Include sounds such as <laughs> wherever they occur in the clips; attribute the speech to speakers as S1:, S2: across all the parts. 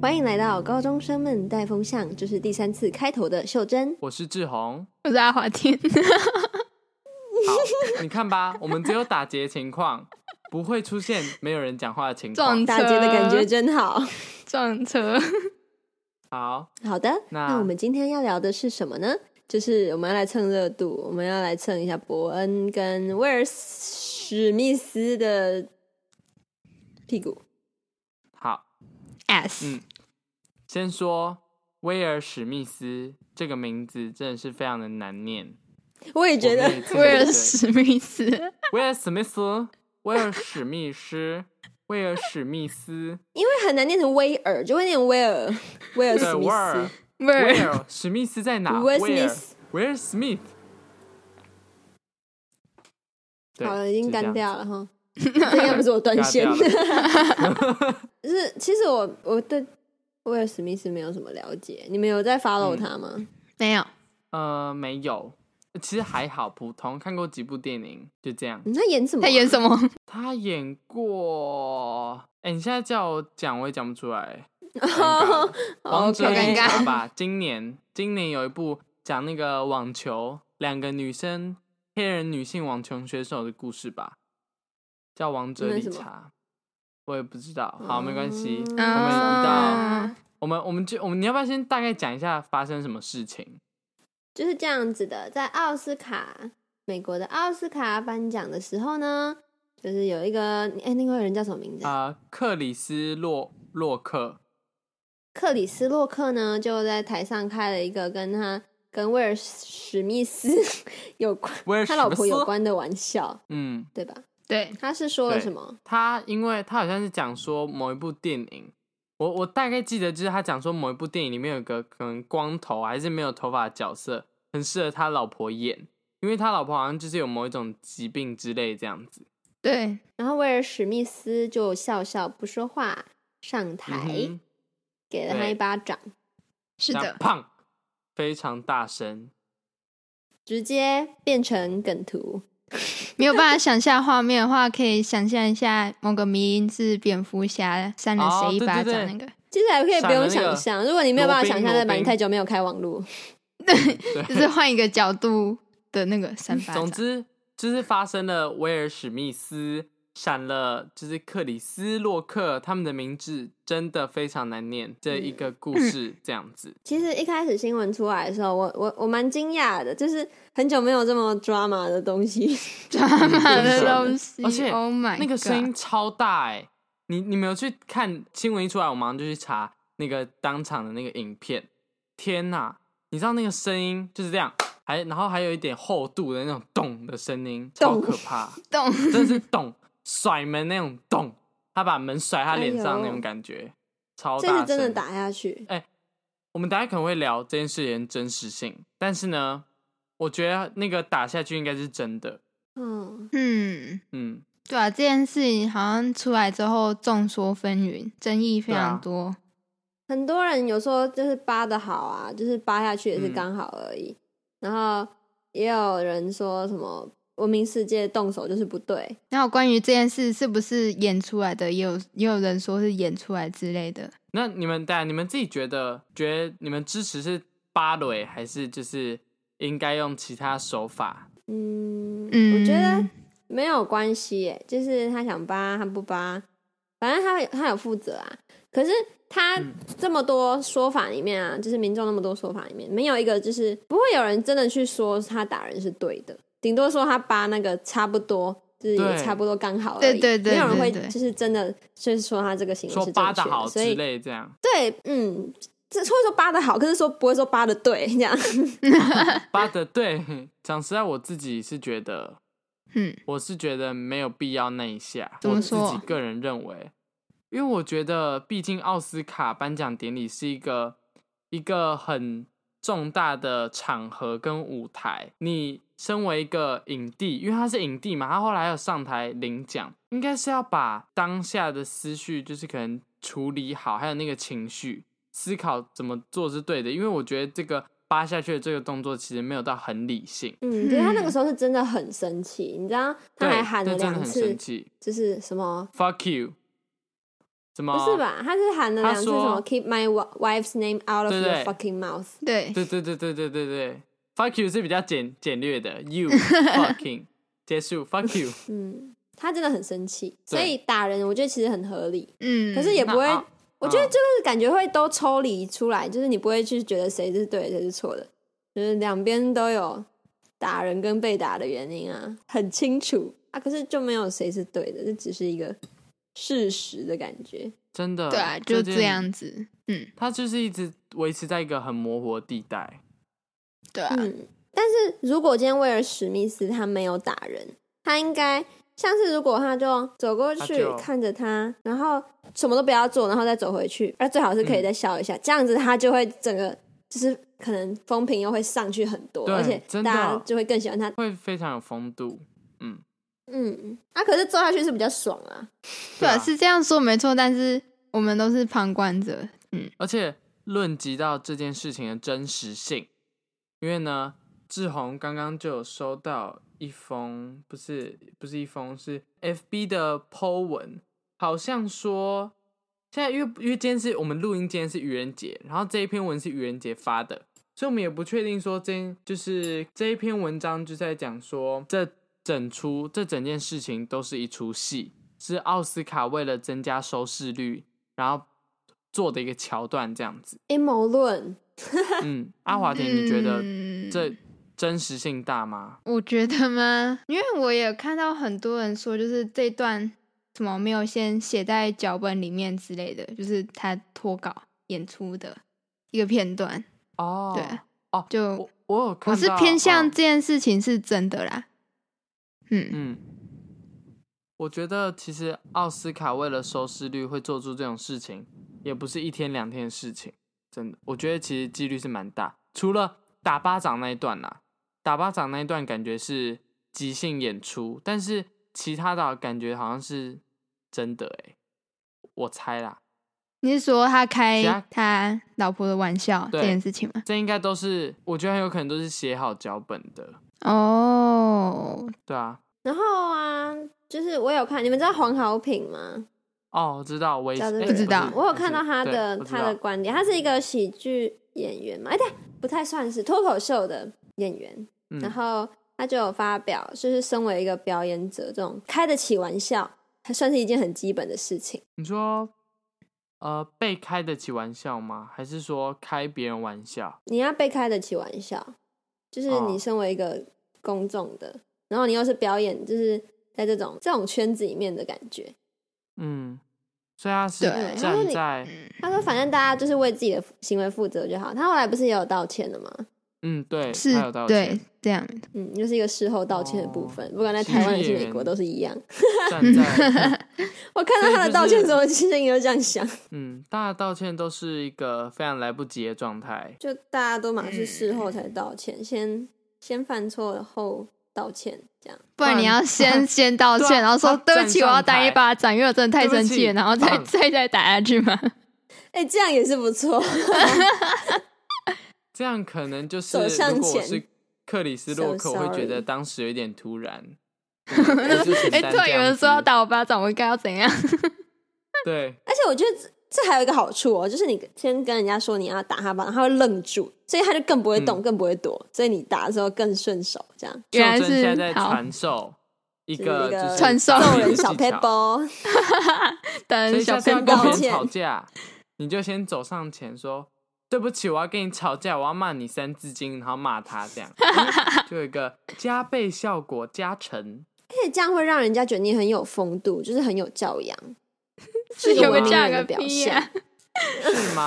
S1: 欢迎来到高中生们带风向，这是第三次开头的秀珍。
S2: 我是志宏。
S3: 我是阿华田， <laughs>
S2: 好，你看吧，我们只有打结情况，不会出现没有人讲话的情况。
S3: 撞
S1: 打劫的感觉真好。
S3: 撞车，
S2: 好，
S1: 好的，
S2: 那
S1: 那我们今天要聊的是什么呢？就是我们要来蹭热度，我们要来蹭一下伯恩跟威尔史密斯的屁股。
S2: 好，
S3: ass，、
S2: 嗯先说威尔史密斯这个名字真的是非常的难念。
S1: 我也觉
S2: 我
S1: 得
S2: 每次都
S3: 威尔
S2: 对
S3: 史密斯，
S2: 威尔史密斯，威尔史密斯，威尔史密斯，
S1: 会很难念成威尔，就会念威尔威尔
S2: 对，
S1: 史密
S2: 威尔
S1: 斯，
S3: 威
S2: 威
S3: 尔
S2: 尔史密斯在哪？
S1: 威尔
S2: 威尔
S1: Smith
S2: 威尔史密斯。对
S1: 好了，已经
S2: 是这
S1: 干
S2: 样
S1: 掉了
S2: <laughs>
S1: 哈。这应该不是我断线
S2: 尬掉
S1: 的。
S2: <laughs>
S1: 就是其实我我对威尔史密斯没有什么了解，你们有在 follow
S2: 嗯
S1: 他吗？
S3: 没有，
S2: 呃，没有，其实还好，普通。看过几部电影，就这样。
S1: 嗯他演什么啊？
S3: 他演什么？
S2: 他演过，哎、你现在叫我讲，我也讲不出来。
S1: <laughs>
S3: <laughs>
S1: 哦
S2: 王者
S1: OK
S2: 理查
S1: <laughs>
S3: 尴
S2: 吧，今年今年有一部讲那个网球，两个女生黑人女性网球选手的故事吧，叫《王者
S1: 那
S2: 理
S1: 什么
S2: 查》，我也不知道。 <laughs> 好，没关系。
S1: 嗯
S3: 啊，
S2: 我们我们就我们你要不要先大概讲一下发生什么事情？
S1: 就是这样子的，在奥斯卡，美国的奥斯卡颁奖的时候呢，就是有一个哎、那个人叫什么名字啊？
S2: 啊、克里斯洛洛克，
S1: 克里斯洛克呢，就在台上开了一个跟他跟威尔史密斯 <laughs> 有关
S2: 威尔
S1: 他
S2: 史密斯
S1: 老婆有关的玩笑，
S2: 嗯，
S1: 对吧？
S3: <laughs> 对，
S1: 他是说了
S2: 对
S1: 什么？
S2: 他因为他好像是讲说某一部电影，我我大概记得就是他讲说某一部电影里面有个可能光头还是没有头发的角色，很适合他老婆演，因为他老婆好像就是有某一种疾病之类这样子。
S3: 对，
S1: 然后威尔史密斯就笑笑不说话，上台、
S2: 嗯哼
S1: 给了他
S2: 对
S1: 一巴掌，
S3: 是
S2: 这
S3: 的
S2: 样，胖，非常大声，
S1: 直接变成梗图。
S3: 没有办法想象画面的话，可以想象一下某个迷因是蝙蝠侠扇了谁一巴掌那个，
S1: 其实还可以不用
S2: 闪了那
S1: 想
S2: 个
S1: 象，如果你没有办法想象，
S2: 罗宾
S1: 代表
S2: 罗
S1: 你
S2: 宾
S1: 太久没有开网络。
S3: 就是换一个角度的那个扇 <laughs> 巴
S2: 总
S3: 掌，
S2: 之就是发生了威尔史密斯闪了，就是克里斯洛克他们的名字真的非常难念这一个故事这样子。
S1: 其实一开始新闻出来的时候，我我我蛮惊讶的，就是很久没有这么 drama 的东西。 <laughs>
S3: 抓马
S2: 嗯
S3: 的东
S2: 而且
S3: 西，Oh
S1: 嗯
S3: my，
S2: 那个声
S1: 啊
S3: God
S2: 音超大哎、你你没有去看新闻一出来，我马上就去查那个当场的那个影片。天呐，你知道那个声音就是这样，还然后还有一点厚度的那种咚的声音，超
S1: 咚
S2: 可怕，
S3: 动，
S2: 真的是咚甩门那种咚，他把门甩他脸
S1: 哎
S2: 上
S1: 呦
S2: 那种感觉，超
S1: 这
S2: 大
S1: 次真的
S2: 声
S1: 打下去，
S2: 我们大家可能会聊这件事情的真实性，但是呢，我觉得那个打下去应该是真的，
S1: 嗯，
S3: <laughs> 嗯。
S2: 嗯，
S3: 对啊，这件事情好像出来之后众说纷纭，争议非常多。
S1: 很多人有说就是扒的好啊，就是扒下去也
S2: 嗯
S1: 是刚好而已。然后也有人说什么文明世界动手就是不对，
S3: 然后关于这件事是不是演出来的，也有也有人说是演出来之类的。
S2: 那你们啊但你们自己觉得，觉得你们支持是芭蕾，还是就是应该用其他手法？
S1: 嗯，
S3: 嗯，
S1: 我觉得没有关系耶，就是他想扒他不扒，反正他有他有负责啊。可是他
S2: 嗯
S1: 这么多说法里面啊，就是民众那么多说法里面，没有一个就是不会有人真的去说他打人是对的，顶多说他扒那个差不多，就是也
S2: 对
S1: 差不多刚好而已。
S3: 对对对
S1: 没有人会
S3: 对对
S1: 就是真的就是说他这个行为
S2: 说
S1: 是
S2: 扒
S1: 正
S2: 的
S1: 确
S2: 好
S1: 所
S2: 之
S1: 以
S2: 类这样，
S1: 对，嗯，这会说扒的好，可是说不会说扒的对这样。
S2: <laughs> 扒的对。讲实在，我自己是觉得，
S3: <laughs> 嗯，
S2: 我是觉得没有必要那一下。
S3: 怎么说
S2: 我自己个人认为，因为我觉得，毕竟奥斯卡颁奖典礼是一个一个很重大的场合跟舞台，你身为一个影帝，因为他是影帝嘛，他后来还有上台领奖，应该是要把当下的思绪，就是可能处理好，还有那个情绪，思考怎么做是对的。因为我觉得这个扒下去的这个动作，其实没有到很理性。
S1: 嗯，可是他那个时候是真的很生气，你知道，他
S2: 对
S1: 还喊了
S2: 对真的
S1: 两
S2: 很
S1: 次
S2: 生，气
S1: 就是什么
S2: ，fuck you，什么？
S1: 不是？吧？他是喊了两次什
S2: 哦他说
S1: 么 “Keep my wa- wife's name out of
S2: 对
S1: your
S2: 对
S1: fucking mouth”，
S3: 对，
S2: 对对对对对对对，fuck you 是比较简简略的，you
S1: <laughs>
S2: fucking <laughs> 结束，fuck you。
S1: 嗯，他真的很生气，
S2: 对
S1: 所以打人我觉得其实很合理，
S3: 嗯，
S1: 可是 <laughs> 也不会
S2: 那啊，
S1: 我觉得就是感觉会都抽离出来，就是你不会去觉得谁是对谁是错的，就是两边都有打人跟被打的原因啊，很清楚啊，可是就没有谁是对的，这只是一个事实的感觉，
S2: 真的，
S3: 对啊，就
S2: 件
S3: 这，样子，嗯，
S2: 他就是一直维持在一个很模糊的地带。
S3: 对啊，
S1: 嗯，但是如果今天威尔史密斯他没有打人，他应该像是如果他就走过
S2: 他
S1: 去
S2: 就
S1: 看着他，然后什么都不要做，然后再走回去，而最好是可以再笑一
S2: 嗯
S1: 下，这样子他就会整个就是可能风评又会上去很多，
S2: 对
S1: 而且
S2: 真的
S1: 大家就会更喜欢他。
S2: 会非常有风度，
S1: 嗯，啊，可是做下去是比较爽啊，
S3: 对啊，
S2: 啊
S3: 是这样说没错，但是我们都是旁观者，嗯，
S2: 而且论及到这件事情的真实性，因为呢，志宏刚刚就有收到一封，不是不是一封，是 FB 的 Po 文，好像说现在因为因为今天是我们录音，今天是愚人节，然后这一篇文是愚人节发的，所以我们也不确定说这就是这一篇文章就在讲说这整出这整件事情都是一出戏，是奥斯卡为了增加收视率，然后做的一个桥段这样
S3: <laughs>
S2: 子。
S1: 阴谋论。
S2: 嗯，阿华田，你觉得
S3: 嗯
S2: 这真实性大吗？
S3: 我觉得吗？因为我也看到很多人说，就是这段什么没有先写在脚本里面之类的，就是他脱稿演出的一个片段。
S2: 哦，
S3: 对，
S2: 哦，
S3: 就
S2: 我我有看
S3: 我是
S2: 到
S3: 偏向
S2: 嗯
S3: 这件事情是真的啦。嗯，
S2: 嗯，我觉得其实奥斯卡为了收视率会做出这种事情，也不是一天两天的事情，真的，我觉得其实几率是蛮大。除了打巴掌那一段啦，打巴掌那一段感觉是即兴演出，但是其他的感觉好像是真的诶、我猜啦，
S3: 你是说他
S2: 其他
S3: 开他老婆的玩笑这
S2: 对
S3: 件事情吗？
S2: 这应该都是我觉得很有可能都是写好脚本的，
S3: 哦，
S2: 对啊。
S1: 然后啊，就是我有看，你们知道黄好品吗？
S2: 哦，我知道，我也
S1: 叫这
S2: 是诶
S1: 个
S3: 不知道
S2: 是
S1: 我有
S2: 不
S1: 看
S2: 是
S1: 到他
S2: 对
S1: 的
S2: 我知
S1: 他
S2: 道
S1: 的观点，他是一个喜剧演员嘛，哎，对，不太算是脱口秀的演员。
S2: 嗯
S1: 然后他就有发表，就是身为一个表演者，这种开得起玩笑，还算是一件很基本的事情。
S2: 你说，呃，被开得起玩笑吗？还是说开别人玩笑？
S1: 你要被开得起玩笑，就是
S2: 哦
S1: 你身为一个公众的，然后你又是表演，就是在这种这种圈子里面的感觉。
S2: 嗯，所以他是
S3: 对
S1: 他说
S2: 站
S1: 你嗯
S2: 在，
S1: 他说，反正大家就是为自己的行为负责就好。他后来不是也有道歉了吗？
S2: 嗯，对，
S3: 是
S2: 他有道
S3: 对
S2: 歉，
S3: 这样，
S1: 嗯，就是一个事后道歉的部
S2: 哦
S1: 分，不管在
S2: 其
S1: 台
S2: 实
S1: 湾还是
S2: 也
S1: 美国都是一样。 <laughs>
S2: 站在，
S1: 我看到
S2: 所以
S1: 他的
S2: 就
S1: 道歉
S2: 是
S1: 什么事情也就这样想，
S2: 嗯，大家道歉都是一个非常来不及的状态。
S1: 就大家都嘛是事
S2: 嗯
S1: 后才道歉，先先犯错了后道歉，这样
S3: 不然
S2: <laughs>
S3: 你要先先道
S2: 对啊
S3: 歉，然后说
S2: 他
S3: 对不起，
S2: 站
S3: 我
S2: 上
S3: 要打一
S2: 台
S3: 巴掌，因为我真的太
S2: 对不
S3: 生
S2: 起
S3: 气了，然后再
S2: 棒
S3: <laughs> 再再打下去
S2: <laughs>
S3: 吗？
S1: 哎、这样也是不错。 <laughs>
S2: 这样可能就是，
S1: 走向
S2: 如果我
S1: 前
S2: 是克里斯洛
S1: So
S2: 克，我会觉
S1: sorry
S2: 得当时有点
S1: <laughs>
S2: 突然。 <laughs> 嗯我就承
S3: 哎、
S2: 担
S3: 突然
S2: 这
S3: 有
S2: 样
S3: 人说要
S2: 子
S3: 打我巴掌，我应该要怎样？
S2: 对，
S1: 而且我觉得这这还有一个好处哦，就是你先跟人家说你要打他吧，他会愣住，所以他就更不会动，
S2: 嗯
S1: 更不会躲，所以你打的时候更顺手，这样。
S2: 秀
S3: 原来
S2: 珍现在
S3: 是
S2: 在
S3: 好
S2: 传授一
S1: 就是
S2: 个
S1: 一个
S2: 就是
S3: 传授
S2: 打
S1: 揍
S2: 脸的
S1: 人小
S2: 哦技巧
S1: paper，
S2: 所
S3: 等
S2: 以
S3: 小
S2: 下次要
S3: 朋
S2: 跟
S1: 道
S2: 别
S3: 友
S2: 人
S1: 歉
S2: 吵架，你就先走上前说：“对不起，我要跟你吵架，我要骂你三字经，然后骂他这样， <laughs> 嗯就有一个加倍效果加成。
S1: 而且这样会让人家觉得你很有风度，就是很有教养，是
S3: 有个
S1: 文
S3: 这
S1: 明
S3: 样
S1: 人
S3: 的
S1: 的表
S3: 屁
S1: 现。
S3: 呀、
S2: 是吗？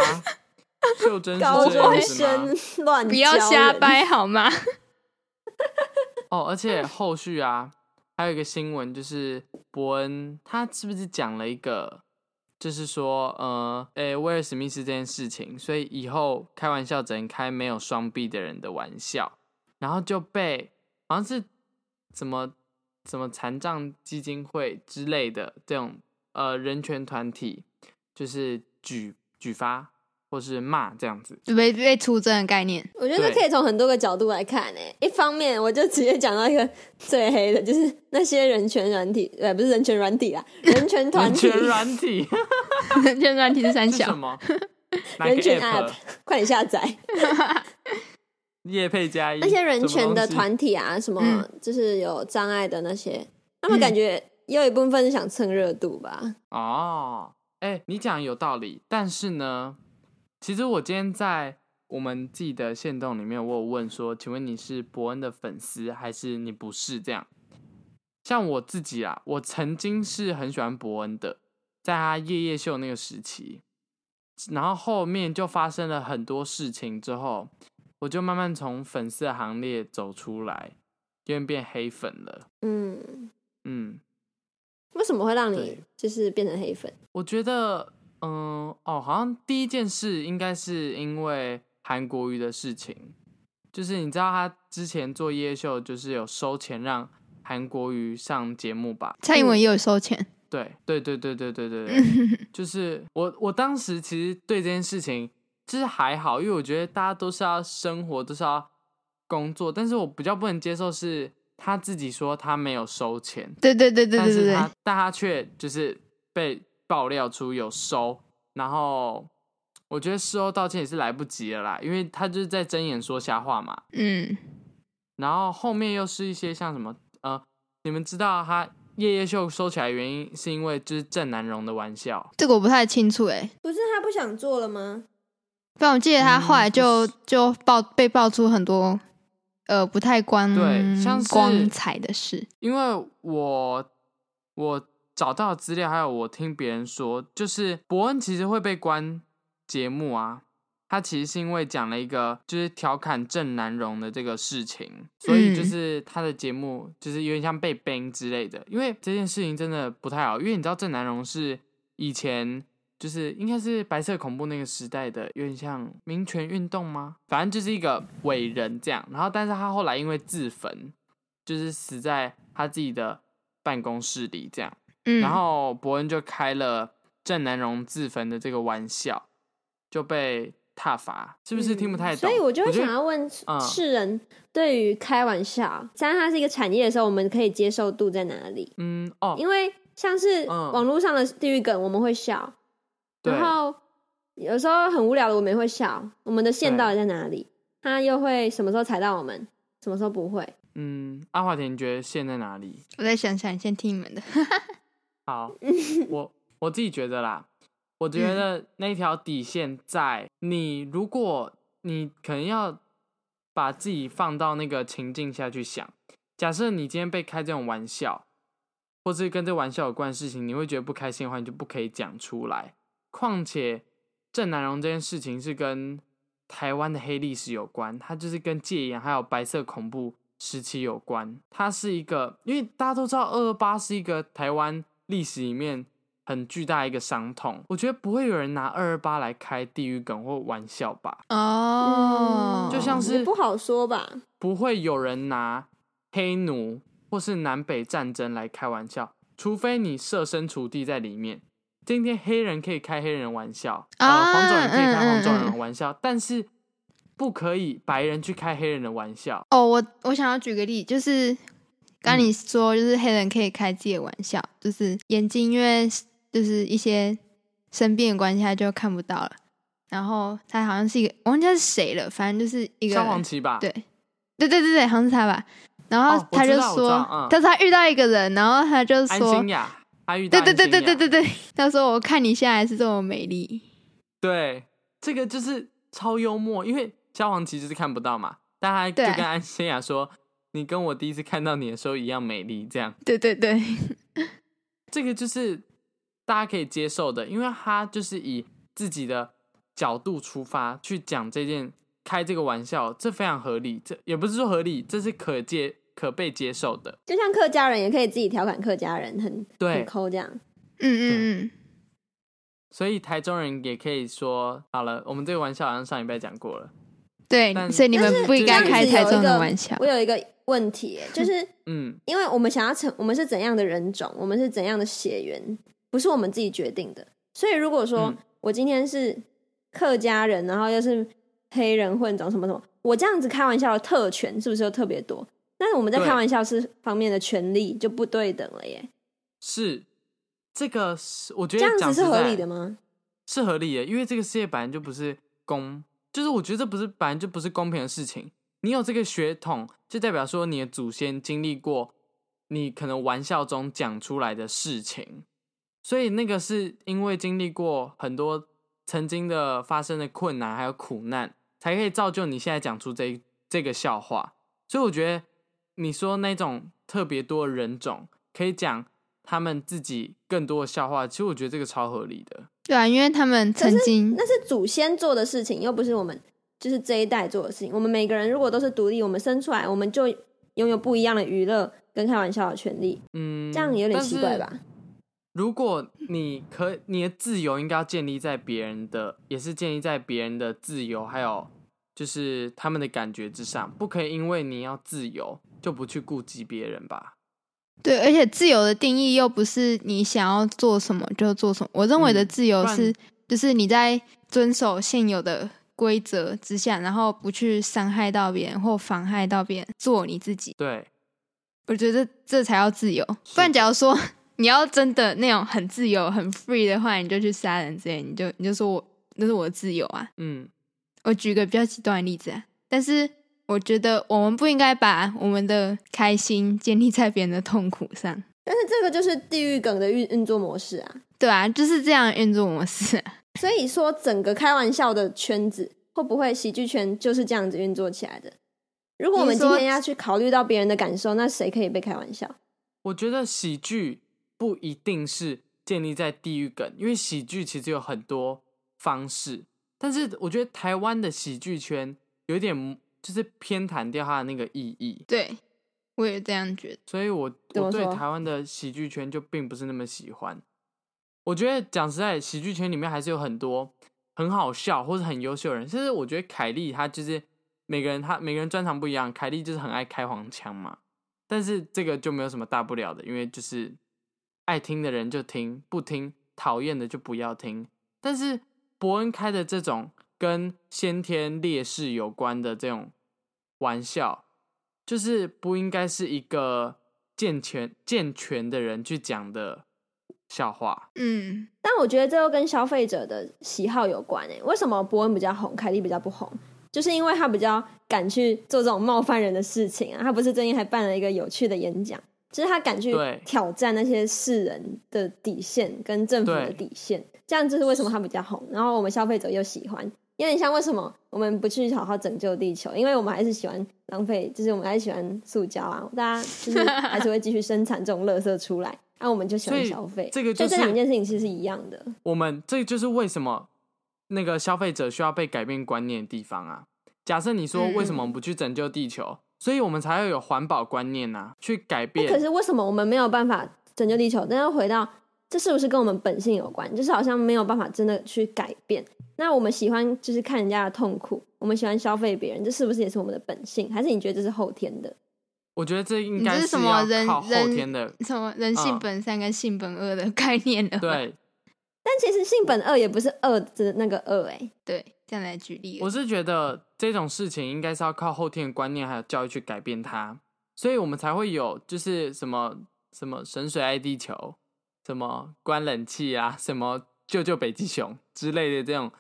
S2: 秀珍是
S1: 高
S2: 这样
S1: 中
S2: 子吗？
S1: 生乱 <laughs>
S3: 不要
S1: 教
S3: 瞎
S1: 人
S3: 掰好吗？ <laughs>
S2: 哦，而且后续啊，还有一个新闻就是伯恩他是不是讲了一个，就是说呃，诶、威尔史密斯这件事情，所以以后开玩笑只能开没有双臂的人的玩笑，然后就被好像是怎么怎么残障基金会之类的这种呃人权团体，就是举举发或是骂这样子。
S3: 被被出征的概念， <laughs>
S1: 我觉得这
S2: 对
S1: 可以从很多个角度来看诶、一方面，我就直接讲到一个最黑的，就是那些人权软体，呃，不是人权软体啦，人权团
S2: 人
S1: 体
S2: 权，软体
S3: 这软
S2: <laughs>
S3: 体是三
S2: 是什
S3: 小，
S2: 么？哪个
S1: 人权
S2: app？
S1: 快点下载
S2: 叶佩加一
S1: 那些人权的，
S2: 嗯什么东西
S1: 团体啊，什么
S3: 嗯
S1: 就是有障碍的那些，他
S2: 嗯
S1: 们感觉也有一部分是想蹭热度吧。
S2: 哦，哎、你讲有道理，但是呢，其实我今天在我们自己的线动里面，我有问说，请问你是伯恩的粉丝还是你不是？这样，像我自己啊，我曾经是很喜欢伯恩的，在他夜夜秀那个时期，然后后面就发生了很多事情之后，我就慢慢从粉丝的行列走出来，因为变黑粉了。
S1: 嗯，
S2: 嗯，
S1: 为什么会让你
S2: 对
S1: 就是变成黑粉？
S2: 我觉得，嗯，哦，好像第一件事应该是因为韩国瑜的事情，就是你知道他之前做夜秀，就是有收钱让韩国瑜上节目吧？
S3: 蔡英文也有收钱，
S2: 对，对，对，对，对，对，对，对就是我，我当时其实对这件事情就是还好，因为我觉得大家都是要生活，都是要工作，但是我比较不能接受是他自己说他没有收钱，
S3: 对对对对
S2: 但
S3: 对对
S2: 是
S3: 对，
S2: 他但他却就是被爆料出有收，然后我觉得事后道歉也是来不及了啦，因为他就是在睁眼说瞎话嘛。
S3: 嗯，
S2: 然后后面又是一些像什么呃，你们知道他夜夜秀收起来的原因是因为就是郑南荣的玩笑，
S3: 这个我不太清楚哎，
S1: 不是他不想做了吗？
S3: 不然我记得他后来
S2: 嗯
S3: 就、
S2: 不
S3: 就爆被爆出很多呃不太光
S2: 对像是
S3: 嗯光彩的事，
S2: 因为我我找到的资料还有我听别人说，就是伯恩其实会被关节目啊，他其实是因为讲了一个就是调侃郑南荣的这个事情，所以就是他的节目就是有点像被 ban 之类的。因为这件事情真的不太好，因为你知道郑南荣是以前就是应该是白色恐怖那个时代的，有点像民权运动吗？反正就是一个伟人这样。然后，但是他后来因为自焚，就是死在他自己的办公室里这样。
S3: 嗯，
S2: 然后伯恩就开了郑南荣自焚的这个玩笑，就被挞伐，是不是听不太
S1: 嗯
S2: 懂？
S1: 所以我就会
S2: 觉得
S1: 想要问
S2: 嗯
S1: 世人，对于开玩笑，当它是一个产业的时候，我们可以接受度在哪里？
S2: 嗯，哦，
S1: 因为像是
S2: 嗯
S1: 网络上的地狱梗，我们会笑，
S2: 对
S1: 然后有时候很无聊的，我们也会笑。我们的线
S2: 对
S1: 到底在哪里？它又会什么时候踩到我们？什么时候不会？
S2: 嗯，阿华田，你觉得线在哪里？
S3: 我再想想，先听你们的， <laughs>
S2: 好，
S1: <laughs>
S2: 我我自己觉得啦，我
S1: 嗯
S2: 觉得那条底线在你，如果你可能要把自己放到那个情境下去想，假设你今天被开这种玩笑，或是跟这玩笑有关的事情，你会觉得不开心的话，你就不可以讲出来。况且郑南荣这件事情是跟台湾的黑历史有关，它就是跟戒严还有白色恐怖时期有关。它是一个，因为大家都知道二二八是一个台湾历史里面很巨大一个伤痛，我觉得不会有人拿二二八来开地狱梗或玩笑吧，
S3: 哦，
S2: 嗯就像是
S1: 也不好说吧。
S2: 不会有人拿黑奴或是南北战争来开玩笑，除非你设身处地在里面。今天黑人可以开黑人玩笑，
S3: 啊
S2: 呃，黄种人可以开
S3: 嗯
S2: 黄种人
S3: 嗯
S2: 的玩笑，但是不可以白人去开黑人的玩笑。
S3: 哦，我我想要举个例，就是刚
S2: 嗯
S3: 你说，就是黑人可以开自己的玩笑，就是眼睛因为就是一些生病的关系，他就看不到了。然后他好像是一个，我忘记他是谁了，反正就是一个
S2: 萧煌奇吧？
S3: 对对对对对，好像是他吧。然后
S2: 哦我
S3: 他就
S2: 知道我知
S3: 说，
S2: 道嗯
S3: 但是他遇到一个人，然后他就
S2: 安
S3: 说
S2: 心，雅，他遇到
S3: 对对对
S2: 安心
S3: 对
S2: 亚
S3: 对对对，他说我看你现在还是这么美丽，
S2: 对，这个就是超幽默，因为萧煌奇就是看不到嘛，但他就
S3: 对
S2: 跟安心雅说：“你跟我第一次看到你的时候一样美丽。”这样，
S3: 对对嗯对，
S2: 这个就是大家可以接受的，因为他就是以自己的角度出发去讲这件开这个玩笑，这非常合理，这也不是说合理，这是可接可被接受的。
S1: 就像客家人也可以自己调侃客家人很很
S2: 对，
S1: 抠这样。
S3: 嗯嗯嗯，
S2: 所以台中人也可以说好了，我们这个玩笑好像上礼拜讲过了，
S3: 对，
S2: 但
S3: 所以你
S2: 但
S3: 们
S2: 是
S3: 不应
S2: 这样
S3: 该
S2: 子
S3: 开台
S1: 有一
S3: 中的
S1: 个
S3: 玩笑
S1: 我，有一个问题耶，就是
S2: 嗯。
S1: 因为我们想要成，我们是怎样的人种，我们是怎样的血缘，不是我们自己决定的。所以如果说、
S2: 嗯
S1: 我今天是客家人，然后又是黑人混种什么什么，我这样子开玩笑的特权是不是又特别多？那我们在
S2: 对
S1: 开玩笑是方面的权利就不对等了耶，
S2: 是这个是我觉
S1: 这
S2: 得
S1: 样
S2: 讲
S1: 子是
S2: 实
S1: 合
S2: 在
S1: 理的吗？
S2: 是合理的，因为这个世界本来就不是公，就是我觉得这不是本来就不是公平的事情。你有这个血统，就代表说你的祖先经历过你可能玩笑中讲出来的事情，所以那个是因为经历过很多曾经的发生的困难还有苦难，才可以造就你现在讲出这一这个笑话。所以我觉得你说那种特别多的人种可以讲他们自己更多的笑话，其实我觉得这个超合理的。
S3: 对啊，因为他们曾经
S1: 那是祖先做的事情，又不是我们就是这一代做的事情。我们每个人如果都是独立，我们生出来我们就拥有不一样的娱乐跟开玩笑的权利，
S2: 嗯，
S1: 这样有点
S2: 但
S1: 奇怪
S2: 是
S1: 吧？
S2: 如果你可你的自由应该要建立在别人的，也是建立在别人的自由，还有就是他们的感觉之上，不可以因为你要自由就不去顾及别人吧？
S3: 对，而且自由的定义又不是你想要做什么就做什么。我认为的
S2: 嗯
S3: 自由
S2: 不然
S3: 是，就是你在遵守现有的规则之下，然后不去伤害到别人或妨害到别人，做你自己。
S2: 对，
S3: 我觉得这才叫自由。
S2: 是
S3: 不然，假如说你要真的那种很自由、很 free 的话，你就去杀人之类，你就你就说我那是我的自由啊。
S2: 嗯，
S3: 我举个比较极端的例子啊，但是我觉得我们不应该把我们的开心建立在别人的痛苦上。
S1: 但是这个就是地狱梗的运运作模式啊。
S3: 对啊，就是这样运作模式啊、
S1: 所以说，整个开玩笑的圈子会不会喜剧圈就是这样子运作起来的？如果我们
S3: 你
S1: 今
S3: 说
S1: 天要去考虑到别人的感受，那谁可以被开玩笑？
S2: 我觉得喜剧不一定是建立在地域梗，因为喜剧其实有很多方式，但是我觉得台湾的喜剧圈有点就是偏袒掉它的那个意义，
S3: 对，我也这样觉得。
S2: 所以我
S1: 怎
S2: 我
S1: 么
S2: 对
S1: 说
S2: 台湾的喜剧圈就并不是那么喜欢。我觉得讲实在，喜剧圈里面还是有很多很好笑或者很优秀的人，甚至我觉得凯莉她就是每个人她每个人专长不一样，凯莉就是很爱开黄腔嘛，但是这个就没有什么大不了的，因为就是爱听的人就听，不听讨厌的就不要听。但是伯恩开的这种跟先天劣势有关的这种玩笑，就是不应该是一个健全健全的人去讲的笑话。
S3: 嗯，
S1: 但我觉得这又跟消费者的喜好有关诶、为什么伯恩比较红，凯莉比较不红？就是因为他比较敢去做这种冒犯人的事情啊。他不是最近还办了一个有趣的演讲，就是他敢去
S2: 对
S1: 挑战那些世人的底线跟政府的
S2: 对
S1: 底线，这样就是为什么他比较红。然后我们消费者又喜欢，有点像为什么我们不去好好拯救地球，因为我们还是喜欢浪费，就是我们还是喜欢塑胶啊，大家就是还是会继续生产这种垃圾出来，那、我们就喜欢
S2: 所以
S1: 消费。
S2: 这个
S1: 所以
S2: 就
S1: 这
S2: 是
S1: 两件事情其实是一样的。
S2: 我们这就是为什么那个消费者需要被改变观念的地方啊。假设你说
S3: 嗯
S2: 为什么我们不去拯救地球，所以我们才要有环保观念呐、去改
S1: 那可
S2: 变。
S1: 是为什么我们没有办法拯救地球？但要回到这是不是跟我们本性有关？就是好像没有办法真的去改变。那我们喜欢就是看人家的痛苦，我们喜欢消费别人，这是不是也是我们的本性？还是你觉得这是后天的？
S2: 我觉得这应
S3: 你
S2: 该
S3: 这是什么
S2: 要
S3: 人
S2: 靠后
S3: 人
S2: 天的
S3: 什么人
S2: 嗯
S3: 性本善跟性本恶的概念呢？
S2: 对
S1: 但其实性本恶也不是恶的那个恶、欸，
S3: 对，这样来举例，
S2: 我是觉得这种事情应该是要靠后天的观念还有教育去改变它，所以我们才会有就是什么什么神水爱地球，什么关冷气啊，什么救救北极熊之类的这种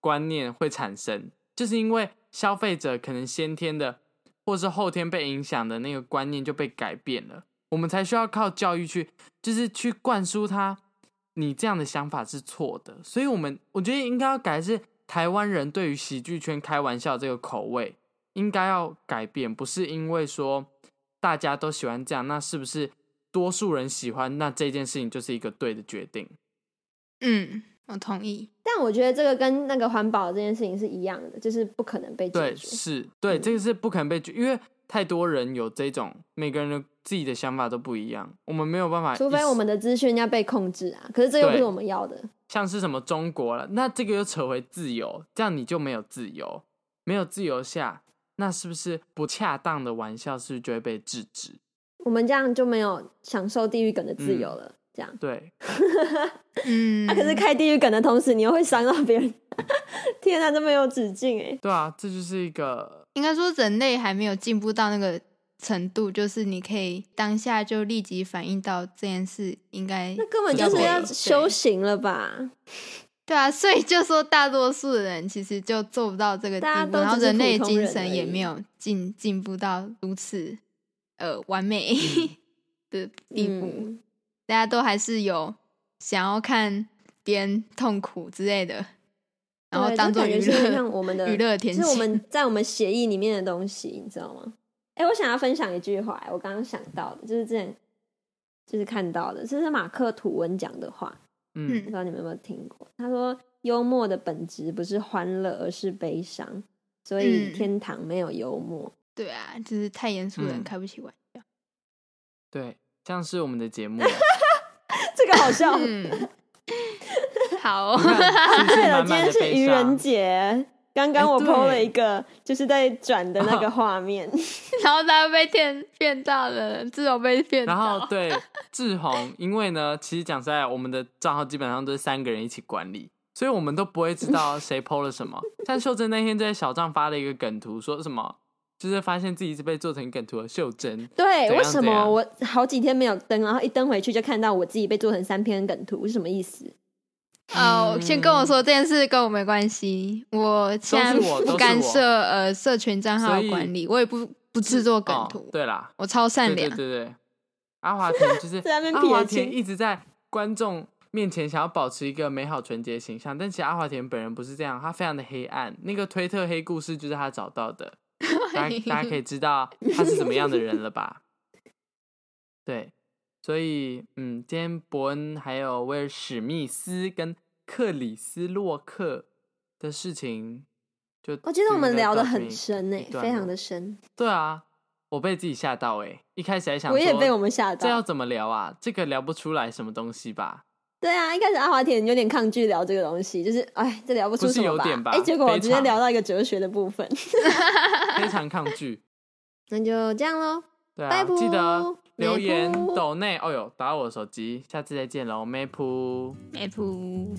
S2: 观念会产生，就是因为消费者可能先天的或是后天被影响的那个观念就被改变了，我们才需要靠教育去，就是去灌输他，你这样的想法是错的。所以，我们我觉得应该要改的是台湾人对于喜剧圈开玩笑这个口味应该要改变，不是因为说大家都喜欢这样，那是不是多数人喜欢，那这件事情就是一个对的决定？
S3: 嗯，我同意。
S1: 但我觉得这个跟那个环保这件事情是一样的，就是不可能被解
S2: 对，
S1: 决。
S2: 是，对，
S1: 嗯
S2: 这个是不可能被拒，因为太多人有这种，每个人的自己的想法都不一样，我们没有办法一，
S1: 除非我们的资讯要被控制啊，可是这又不是
S2: 对
S1: 我们要的。
S2: 像是什么中国了，那这个又扯回自由，这样你就没有自由，没有自由下，那是不是不恰当的玩笑是不是就会被制止？
S1: 我们这样就没有享受地狱梗的自由了。这样。
S2: 对，
S3: 嗯，
S1: 啊，可是开地狱梗的同时，你又会伤到别人。 <laughs> 天啊哪，这没有止境
S3: 嗯
S1: 哎！
S2: 对啊，这就是一个
S3: 应该说人类还没有进步到那个程度，就是你可以当下就立即反应到这件事应该
S1: 那根本
S2: 这
S1: 就是是
S2: 我
S1: 要
S2: 对
S1: 修行了吧？
S3: 对啊，所以就说大多数的人其实就做不到这个地
S1: 大家
S3: 步，
S1: 都
S3: 然后
S1: 只是
S3: 人类
S1: 普通
S3: 精
S1: 人而
S3: 神也
S1: 已
S3: 没有进进步到如此呃完美的地步，
S1: 嗯，
S3: 大家都还是有想要看别人痛苦之类的，然后
S1: 对
S3: 当
S1: 这
S3: 做
S1: 感觉
S3: 娱
S1: 是很像
S3: 乐
S1: 我们的
S3: 娱乐天
S1: 这
S3: 性。
S1: 是我们在我们协议里面的东西，你知道吗？哎、我想要分享一句话、我刚刚想到的，就是之前就是看到的，这是马克吐温讲的话，
S2: 嗯
S1: 不知道你们有没有听过？他说：“幽默的本质不是欢乐，而是悲伤，所以
S3: 嗯
S1: 天堂没有幽默。 <laughs>
S3: 对啊，就是太严肃的人
S2: 嗯
S3: 开不起玩笑。
S2: 对，像是我们
S1: <laughs>
S2: 的节目，
S1: 这个好笑。
S3: 嗯，好哦、
S2: <laughs> 你看是不
S1: <laughs>
S2: 是
S1: 对了，今
S2: 满满
S1: 天
S2: 的
S1: 是
S2: 悲
S1: 愚人
S2: 伤？
S1: 节，刚刚我
S2: 哎
S1: PO
S2: 对
S1: 了一个，就是在转的 <laughs> 那个画面。
S3: <laughs> 然后大家被骗骗到了，至少被骗到。
S2: 然后
S1: <laughs>
S2: 对志宏，因为呢，其实讲实在，我们的账号基本上都是三个人一起管理，所以我们都不会知道
S1: <laughs>
S2: 谁 PO 了什么。像秀珍那天在小账发了一个梗图，说什么就是发现自己是被做成梗图的秀珍，
S1: 对，
S2: 怎
S1: 为
S2: 样
S1: 什
S2: 怎
S1: 么
S2: 样
S1: 我好几天没有登，然后一登回去就看到我自己被做成三篇梗图，是什么意思？
S3: 哦，先跟我说这件事跟我没关系，我现在
S2: 都是我都是
S3: 不
S2: 我
S3: 干涉呃社群账号的管理，我也不不制作梗
S2: 哦
S3: 图，
S2: 对啦，
S3: 我超善
S2: 对
S3: 良
S2: 对。对对，阿华田就
S1: <laughs>
S2: 是
S1: 在那边
S2: 阿
S1: 撇
S2: 华
S1: 清
S2: 田一直在观众面前想要保持一个美好纯洁的形象，但其实阿华田本人不是这样，他非常的黑暗。那个推特黑故事就是他找到
S3: <laughs>
S2: 的，大家大家可以知道他是怎么样的人了吧？ <laughs> 对，所以嗯，今天伯恩还有威尔史密斯跟克里斯洛克的事情，就
S1: 我觉得我们聊
S2: 的
S1: 得很深呢、
S2: 一段
S1: 非常
S2: 落
S1: 的深。
S2: 对啊，我被自己吓到哎、一开始还想
S1: 我也
S2: 说
S1: 被我们吓
S2: 这
S1: 到。
S2: 要怎么聊啊？这个聊不出来什么东西吧？
S1: 对啊，一开始阿华田有点抗拒聊这个东西，就是哎，这聊不出
S2: 不是
S1: 什么
S2: 有点吧
S1: 哎，结果我直
S2: 非
S1: 接
S2: 常
S1: 聊到一个哲学的部分， <laughs>
S2: 非常抗拒。
S1: 那就这样喽。
S2: 对
S1: 拜 <laughs>
S2: 啊，
S1: 拜
S2: 记得留言
S1: 拜拜
S3: 哎
S2: 抖内。哦哟，打到我的手机，下次再见喽，妹噗。
S3: 没谱。